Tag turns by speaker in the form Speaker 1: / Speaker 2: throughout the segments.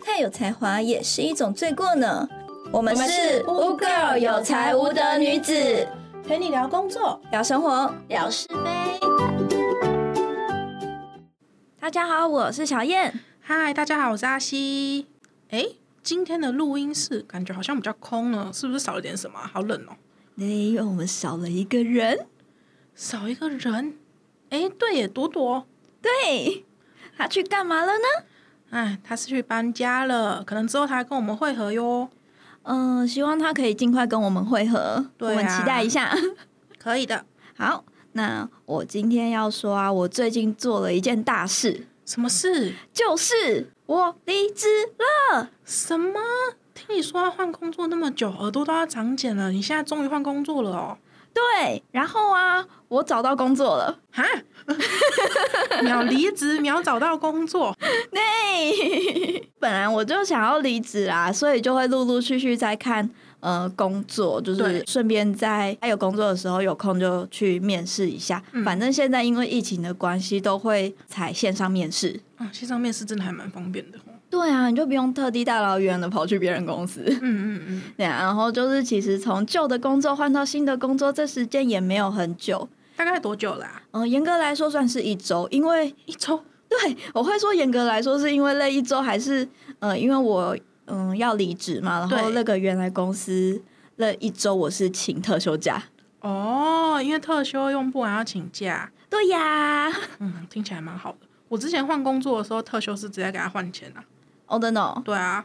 Speaker 1: 再哎有才华也是一种罪过呢。我们是
Speaker 2: 乌 girl 有才无德女子，
Speaker 3: 陪你聊工作，
Speaker 1: 聊生活。
Speaker 2: 聊是非。
Speaker 1: 大家好，我是小燕。
Speaker 3: 嗨，大家好，我是阿西。哎，今天的录音室感觉好像比较空呢，是不是少了点什么啊？好冷哦，
Speaker 1: 那因哎为我们少了一个人，
Speaker 3: 少一个人。哎，对耶，朵朵，
Speaker 1: 对，他去干嘛了呢？
Speaker 3: 哎，他是去搬家了，可能之后他还跟我们会合哟。
Speaker 1: 嗯、希望他可以尽快跟我们会合，
Speaker 3: 对啊
Speaker 1: 我们期待一下。
Speaker 3: 可以的。
Speaker 1: 好，那我今天要说啊，我最近做了一件大事，
Speaker 3: 什么事？
Speaker 1: 就是我离职了。
Speaker 3: 什么？听你说要换工作那么久，耳朵都要长茧了，你现在终于换工作了哦。
Speaker 1: 对，然后啊，我找到工作 了。
Speaker 3: 哈，秒离职，秒找到工作。
Speaker 1: 对，本来我就想要离职啦，所以就会陆陆续续在看呃工作，就是
Speaker 3: 对
Speaker 1: 顺便在还有工作的时候有空就去面试一下。
Speaker 3: 嗯
Speaker 1: 反正现在因为疫情的关系，都会采线上面试。
Speaker 3: 啊，线上面试真的还蛮方便的哦。
Speaker 1: 对啊，你就不用特地大老远的跑去别人公司。
Speaker 3: 嗯嗯嗯，
Speaker 1: 对啊，然后就是其实从旧的工作换到新的工作，这时间也没有很久。
Speaker 3: 大概多久啦、啊
Speaker 1: 嗯、严格来说算是一周，因为
Speaker 3: 一周。
Speaker 1: 对，哎我会说严格来说是因为那一周还是呃，因为我嗯、要离职嘛，然后
Speaker 3: 对
Speaker 1: 那个原来公司那一周我是请特休假。
Speaker 3: 哦，因为特休用不完要请假，
Speaker 1: 对呀，
Speaker 3: 嗯，听起来蛮好的。我之前换工作的时候，特休是直接给他换钱啊。
Speaker 1: 哦真的哦，
Speaker 3: 对啊，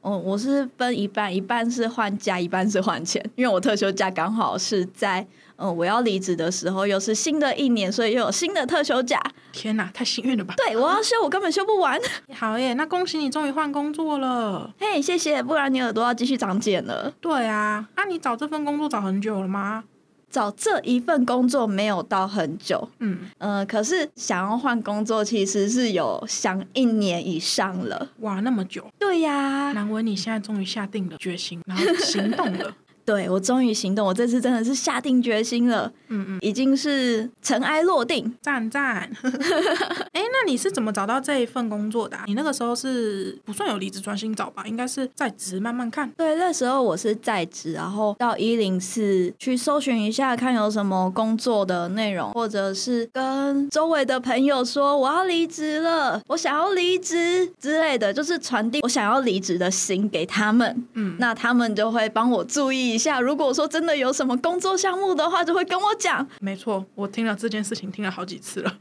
Speaker 1: 哦我是分一半，一半是换假，一半是换钱，因为我特休假刚好是在嗯、我要离职的时候，又是新的一年，所以又有新的特休假。
Speaker 3: 天哪，太幸运了吧！
Speaker 1: 对我要休，我根本休不完。
Speaker 3: 好耶，那恭喜你终于换工作了。
Speaker 1: 嘿，谢谢，不然你耳朵要继续长茧了。
Speaker 3: 对啊，那、你找这份工作找很久了吗？
Speaker 1: 找这一份工作没有到很久，
Speaker 3: 嗯，
Speaker 1: 嗯，可是想要换工作，其实是有想一年以上了。
Speaker 3: 哇，那么久，
Speaker 1: 对呀、
Speaker 3: 难为你现在终于下定了决心，然后行动 了。
Speaker 1: 对我终于行动，我这次真的是下定决心了，
Speaker 3: 嗯嗯，
Speaker 1: 已经是尘埃落定。
Speaker 3: 赞赞。 哎、那你是怎么找到这一份工作的啊、你那个时候是不算有离职专心找吧？应该是在职慢慢看。
Speaker 1: 对，那时候我是在职，然后到一零四去搜寻一下，看有什么工作的内容，或者是跟周围的朋友说我要离职了，我想要离职之类的，就是传递我想要离职的心给他们。
Speaker 3: 嗯，
Speaker 1: 那他们就会帮我注意一下。如果说真的有什么工作项目的话，就会跟我讲。
Speaker 3: 没错，我听了这件事情听了好几次了。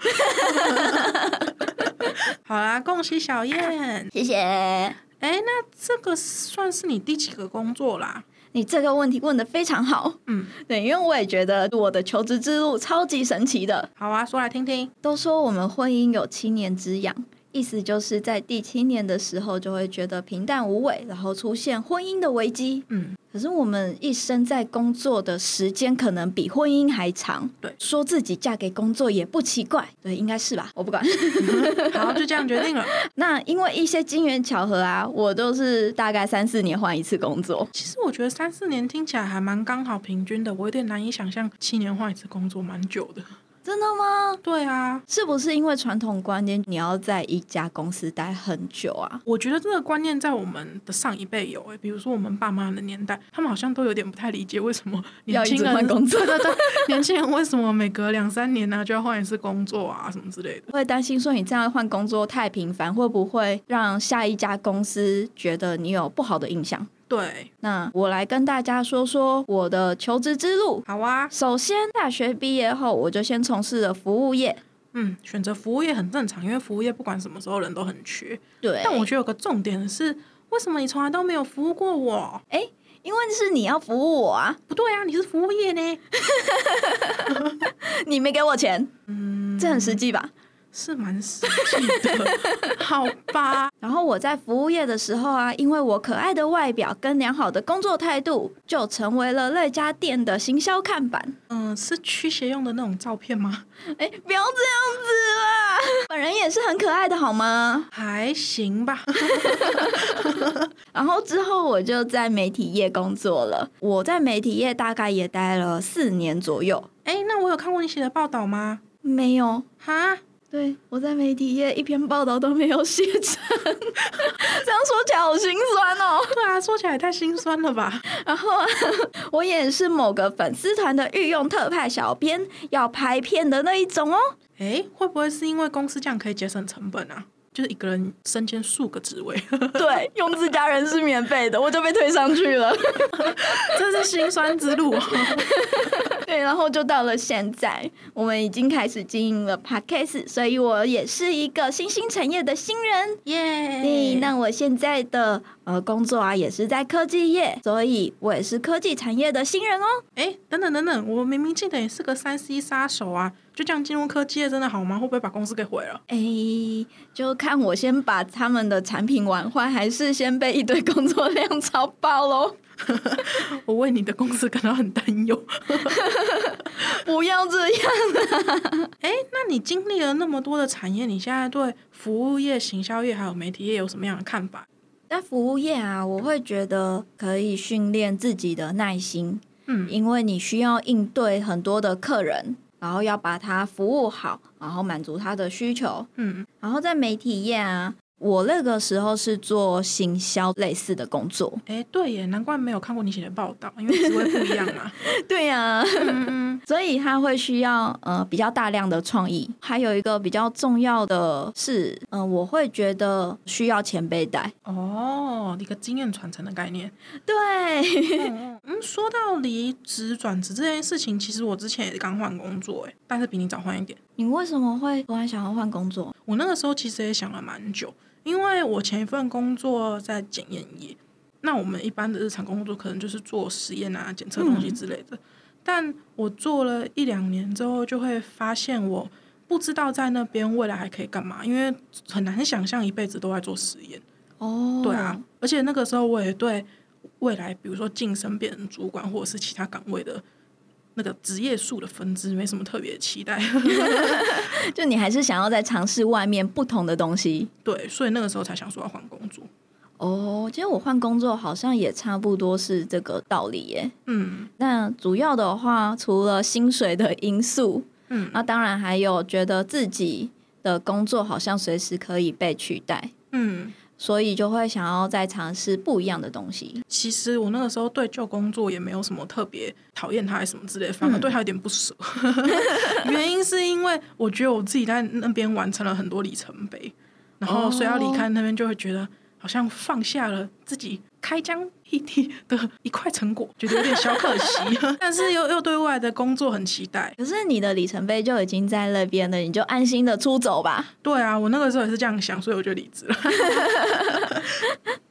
Speaker 3: 好啦，恭喜小燕。
Speaker 1: 谢谢。
Speaker 3: 哎、那这个算是你第几个工作啦？
Speaker 1: 你这个问题问的非常好，
Speaker 3: 嗯，
Speaker 1: 对，因为我也觉得我的求职之路超级神奇的。
Speaker 3: 好啊，说来听听。
Speaker 1: 都说我们婚姻有七年之痒，意思就是在第七年的时候就会觉得平淡无味，然后出现婚姻的危机。
Speaker 3: 嗯，
Speaker 1: 可是我们一生在工作的时间可能比婚姻还长，
Speaker 3: 对
Speaker 1: 说自己嫁给工作也不奇怪，对，应该是吧？我不管。
Speaker 3: 好，就这样决定了。
Speaker 1: 那因为一些机缘巧合啊，我都是大概三四年换一次工作。
Speaker 3: 其实我觉得三四年听起来还蛮刚好平均的，我有点难以想象七年换一次工作，蛮久的。
Speaker 1: 真的吗？
Speaker 3: 对啊，
Speaker 1: 是不是因为传统观念，你要在一家公司待很久啊？
Speaker 3: 我觉得这个观念在我们的上一辈有诶、欸比如说我们爸妈的年代，他们好像都有点不太理解为什么年
Speaker 1: 要一
Speaker 3: 轻
Speaker 1: 直
Speaker 3: 人
Speaker 1: 换工作，
Speaker 3: 对对对，年轻人为什么每隔两三年呢、就要换一次工作啊，什么之类的？
Speaker 1: 会担心说你这样换工作太频繁，会不会让下一家公司觉得你有不好的印象？
Speaker 3: 对，
Speaker 1: 那我来跟大家说说我的求职之路。
Speaker 3: 好啊，
Speaker 1: 首先，大学毕业后，我就先从事了服务业。
Speaker 3: 嗯，选择服务业很正常，因为服务业不管什么时候人都很缺。
Speaker 1: 对，
Speaker 3: 但我觉得有个重点是，为什么你从来都没有服务过我？
Speaker 1: 因为是你要服务我啊，
Speaker 3: 不对啊，你是服务业呢，
Speaker 1: 你没给我钱，嗯，这很实际吧？
Speaker 3: 是蛮实际 的，好吧？
Speaker 1: 然后我在服务业的时候啊，因为我可爱的外表跟良好的工作态度，就成为了那家店的行销看板。
Speaker 3: 嗯，是驱邪用的那种照片吗？
Speaker 1: 哎，不要这样子啦，本人也是很可爱的好吗？
Speaker 3: 还行吧。
Speaker 1: 然后之后我就在媒体业工作了，我在媒体业大概也待了四年左右。
Speaker 3: 哎、那我有看过你写的报道吗？
Speaker 1: 没有，
Speaker 3: 哈，
Speaker 1: 对，我在媒体业一篇报道都没有写成， 这样说起来好心酸哦。
Speaker 3: 对啊，说起来也太心酸了吧？
Speaker 1: 然后啊，我也是某个粉丝团的御用特派小编，要拍片的那一种哦。
Speaker 3: 哎，会不会是因为公司这样可以节省成本啊？就是一个人身兼数个职位，
Speaker 1: 对，用自家人是免费的，我就被推上去了。
Speaker 3: 真是心酸之路、 哦。
Speaker 1: 对，然后就到了现在，我们已经开始经营了 podcast，所以我也是一个新兴产业的新人。
Speaker 3: 耶
Speaker 1: 对，那我现在的呃工作啊，也是在科技业，所以我也是科技产业的新人哦。
Speaker 3: 哎，等等等等，我明明记得你是个三 C 杀手啊，就这样进入科技业真的好吗？会不会把公司给毁了？
Speaker 1: 诶，就看我先把他们的产品玩坏，还是先被一堆工作量 超爆喽？
Speaker 3: 我为你的公司感到很担忧。
Speaker 1: 不要这样，
Speaker 3: 哎，那你经历了那么多的产业，你现在对服务业、行销业还有媒体业有什么样的看法？
Speaker 1: 在服务业啊，我会觉得可以训练自己的耐心，
Speaker 3: 嗯，
Speaker 1: 因为你需要应对很多的客人，然后要把他服务好，然后满足他的需求。
Speaker 3: 嗯，
Speaker 1: 然后在媒体业啊，我那个时候是做行销类似的工作。
Speaker 3: 哎，对耶，难怪没有看过你写的报道，因为职位不一样嘛。
Speaker 1: 对呀、
Speaker 3: 嗯嗯，
Speaker 1: 所以他会需要呃比较大量的创意，还有一个比较重要的是，嗯、我会觉得需要前辈带。
Speaker 3: 哦，一个经验传承的概念。
Speaker 1: 对，
Speaker 3: 嗯，嗯，说到离职转职这件事情，其实我之前也刚换工作，哎，但是比你早换一点。
Speaker 1: 你为什么会突然想要换工作？
Speaker 3: 我那个时候其实也想了蛮久，因为我前一份工作在检验业，那我们一般的日常工作可能就是做实验啊、检测东西之类的。但我做了一两年之后，就会发现我不知道在那边未来还可以干嘛，因为很难想象一辈子都在做实验。
Speaker 1: 哦，
Speaker 3: 对啊，，而且那个时候我也对未来，比如说晋升变成主管或者是其他岗位的那个职业数的分支，没什么特别的期待。
Speaker 1: 就你还是想要再尝试外面不同的东西。
Speaker 3: 对，所以那个时候才想说要换工作。
Speaker 1: 哦，其实我换工作好像也差不多是这个道理耶。
Speaker 3: 嗯
Speaker 1: 那主要的话，除了薪水的因素，
Speaker 3: 嗯，
Speaker 1: 那当然还有觉得自己的工作好像随时可以被取代。
Speaker 3: 嗯，
Speaker 1: 所以就会想要再尝试不一样的东西。
Speaker 3: 其实我那个时候对旧工作也没有什么特别讨厌他还是什么之类的，反而对他有点不舍。 原因是因为我觉得我自己在那边完成了很多里程碑，然后所以要离开那边就会觉得好像放下了自己开疆辟地的一块成果，觉得有点小可惜， 但是又又对未来的工作很期待。
Speaker 1: 可是你的里程碑就已经在那边了，你就安心的出走吧。
Speaker 3: 对啊，我那个时候也是这样想，所以我就离职了。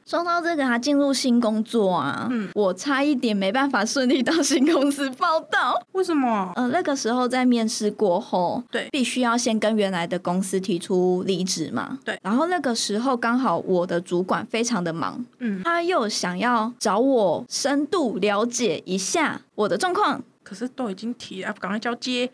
Speaker 1: 说到这个啊，进入新工作啊，
Speaker 3: 嗯
Speaker 1: 我差一点没办法顺利到新公司报道。
Speaker 3: 为什么？
Speaker 1: 呃，那个时候在面试过后，
Speaker 3: 对
Speaker 1: 必须要先跟原来的公司提出离职嘛。
Speaker 3: 对
Speaker 1: 然后那个时候刚好我的主管非常的忙，
Speaker 3: 嗯，
Speaker 1: 他又想要找我深度了解一下我的状况，
Speaker 3: 可是都已经提了，赶快交接。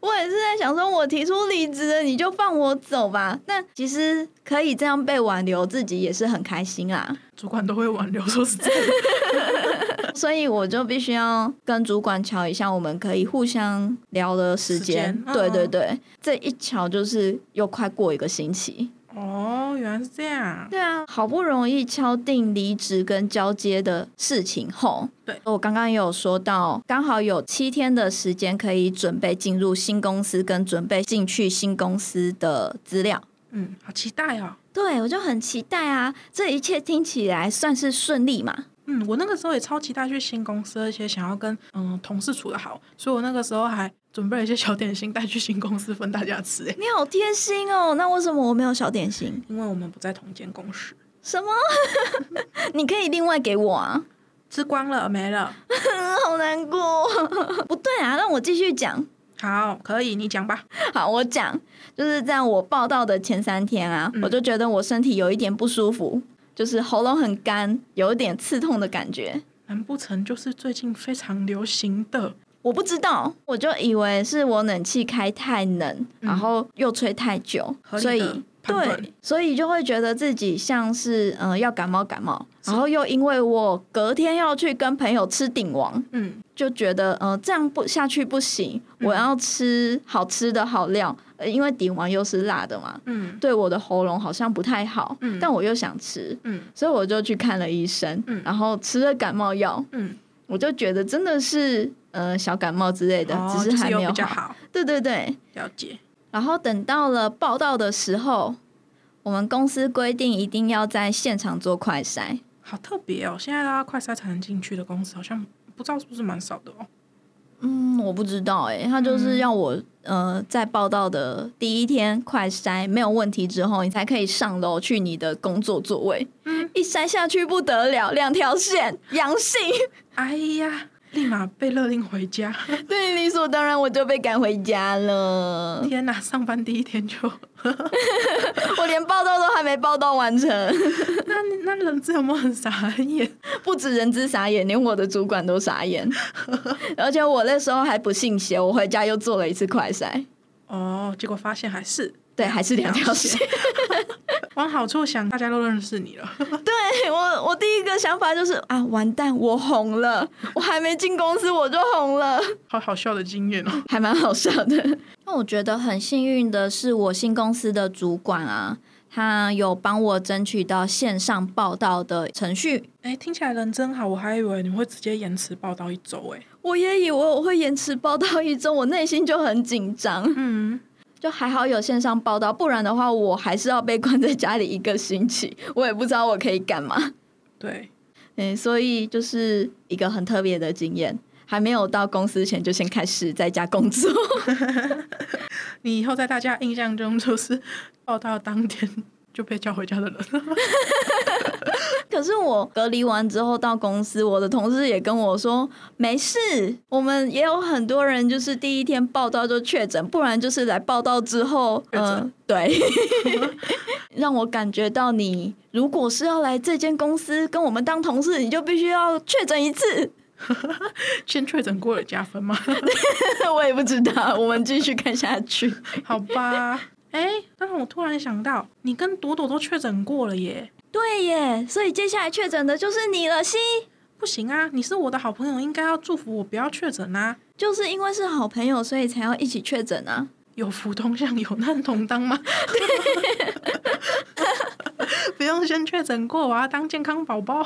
Speaker 1: 我也是在想说，我提出离职了，你就放我走吧。但其实可以这样被挽留，自己也是很开心啦。
Speaker 3: 主管都会挽留，说实在的。
Speaker 1: 所以我就必须要跟主管瞧一下，我们可以互相聊的时间。
Speaker 3: 时间
Speaker 1: 对
Speaker 3: 嗯
Speaker 1: 对对，这一瞧就是又快过一个星期。
Speaker 3: 哦，原来是这样。
Speaker 1: 对啊，好不容易敲定离职跟交接的事情后，
Speaker 3: 对
Speaker 1: 我刚刚也有说到，刚好有七天的时间可以准备进入新公司跟准备进去新公司的资料。
Speaker 3: 嗯，好期待哦。
Speaker 1: 对，我就很期待啊！这一切听起来算是顺利嘛？
Speaker 3: 嗯，我那个时候也超期待去新公司，而且想要跟嗯同事处的好，所以我那个时候还准备了一些小点心带去新公司分大家吃。哎，
Speaker 1: 你好贴心哦，那为什么我没有小点心？
Speaker 3: 因为我们不在同间公司，
Speaker 1: 什么？ 你可以另外给我啊！
Speaker 3: 吃光了没了。啊
Speaker 1: 好难过， 不对啊，让我继续讲。
Speaker 3: 好，可以，你讲吧。
Speaker 1: 好，我讲，就是在我报道的前三天啊，
Speaker 3: 嗯
Speaker 1: 我就觉得我身体有一点不舒服，就是喉咙很干，有一点刺痛的感觉。
Speaker 3: 难不成就是最近非常流行的？
Speaker 1: 我不知道，我就以为是我冷气开太冷，然后又吹太久，
Speaker 3: 嗯合理
Speaker 1: 所以
Speaker 3: 的判断
Speaker 1: 对，所以就会觉得自己像是嗯、呃要感冒感冒，然后又因为我隔天要去跟朋友吃鼎王，
Speaker 3: 嗯，
Speaker 1: 就觉得嗯、呃这样不下去不行，我要吃好吃的好料，呃因为鼎王又是辣的嘛，
Speaker 3: 嗯
Speaker 1: 对我的喉咙好像不太好，
Speaker 3: 嗯
Speaker 1: 但我又想吃，
Speaker 3: 嗯
Speaker 1: 所以我就去看了医生，
Speaker 3: 嗯
Speaker 1: 然后吃了感冒药，
Speaker 3: 嗯，
Speaker 1: 我就觉得真的是呃小感冒之类的，
Speaker 3: 哦
Speaker 1: 只
Speaker 3: 就是
Speaker 1: 还没
Speaker 3: 有
Speaker 1: 有
Speaker 3: 比较好，
Speaker 1: 对对对，
Speaker 3: 了解，
Speaker 1: 然后等到了报道的时候，我们公司规定一定要在现场做快筛。
Speaker 3: 好特别哦。现在大家快筛才能进去的公司，好像不知道是不是蛮少的哦。
Speaker 1: 嗯，我不知道哎、他就是要我、呃在报道的第一天快筛没有问题之后，你才可以上楼去你的工作座位。
Speaker 3: 嗯，
Speaker 1: 一筛下去不得了，两条线 阳性，
Speaker 3: 哎呀，立马被勒令回家。
Speaker 1: 对，理所当然我就被赶回家 了。
Speaker 3: 天哪，上班第一天就……
Speaker 1: 我连报道都还没报道完成，
Speaker 3: 那那人质有没有很傻眼？
Speaker 1: 不止人资傻眼，连我的主管都傻眼。而且我那时候还不信邪，我回家又做了一次快筛。
Speaker 3: 哦，结果发现还是
Speaker 1: 对，还是两条线。。
Speaker 3: 往好处想，大家都认识你了。
Speaker 1: 对 我，我第一个想法就是啊，完蛋，我红 了，我还没进公司我就红了，
Speaker 3: 好好笑的经验哦。
Speaker 1: 还蛮好笑的。那我觉得很幸运的是，我新公司的主管啊，他有帮我争取到线上报道的程序。
Speaker 3: 哎，听起来人真好，我还以为你会直接延迟报道一周哎。
Speaker 1: 我也以为我会延迟报道一周，我内心就很紧张。
Speaker 3: 嗯，
Speaker 1: 就还好有线上报道，不然的话我还是要被关在家里一个星期，我也不知道我可以干嘛。
Speaker 3: 对，
Speaker 1: 嗯，所以就是一个很特别的经验，还没有到公司前就先开始在家工作。
Speaker 3: 你以后在大家印象中就是 报道当天就被叫回家的人。
Speaker 1: 可是我隔离完之后到公司，我的同事也跟我说，没事，我们也有很多人就是第一天报道就确诊，不然就是来报道之后，
Speaker 3: 确
Speaker 1: 嗯、
Speaker 3: 诊
Speaker 1: 对， 让我感觉到你如果是要来这间公司跟我们当同事，你就必须要确诊一次。
Speaker 3: 先确诊过了加分吗？
Speaker 1: 我也不知道，我们继续看下去。
Speaker 3: 好吧。哎，但是我突然想到，你跟朵朵都确诊过了耶。
Speaker 1: 对耶，所以接下来确诊的就是你了，西。
Speaker 3: 不行啊，你是我的好朋友，应该要祝福我不要确诊啊。
Speaker 1: 就是因为是好朋友，所以才要一起确诊啊。
Speaker 3: 有福同享，有难同当吗？ 不用先确诊过，我要当健康宝 宝。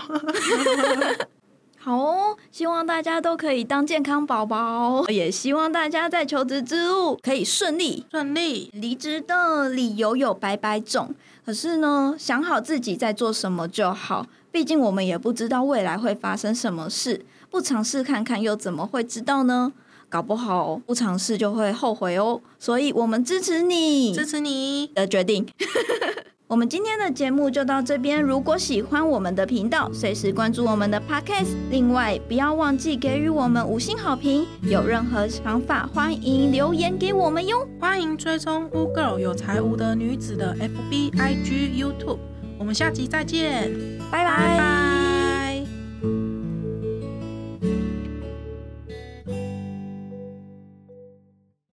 Speaker 1: 好哦，希望大家都可以当健康宝宝，也希望大家在求职之路可以顺利。
Speaker 3: 顺利，
Speaker 1: 离职的理由有百百种，可是呢，想好自己在做什么就好。毕竟我们也不知道未来会发生什么事，不尝试看看又怎么会知道呢？搞不好不尝试就会后悔哦。所以我们支持你，
Speaker 3: 支持你，
Speaker 1: 的决定。 我们今天的节目就到这边。如果喜欢我们的频道，随时关注我们的 Podcast。另外，不要忘记给予我们五星好评。有任何想法，欢迎留言给我们哟。
Speaker 3: 欢迎追踪乌 girl 有才无德女子的 FB、IG、YouTube。我们下集再见，
Speaker 1: 拜拜。
Speaker 3: 拜拜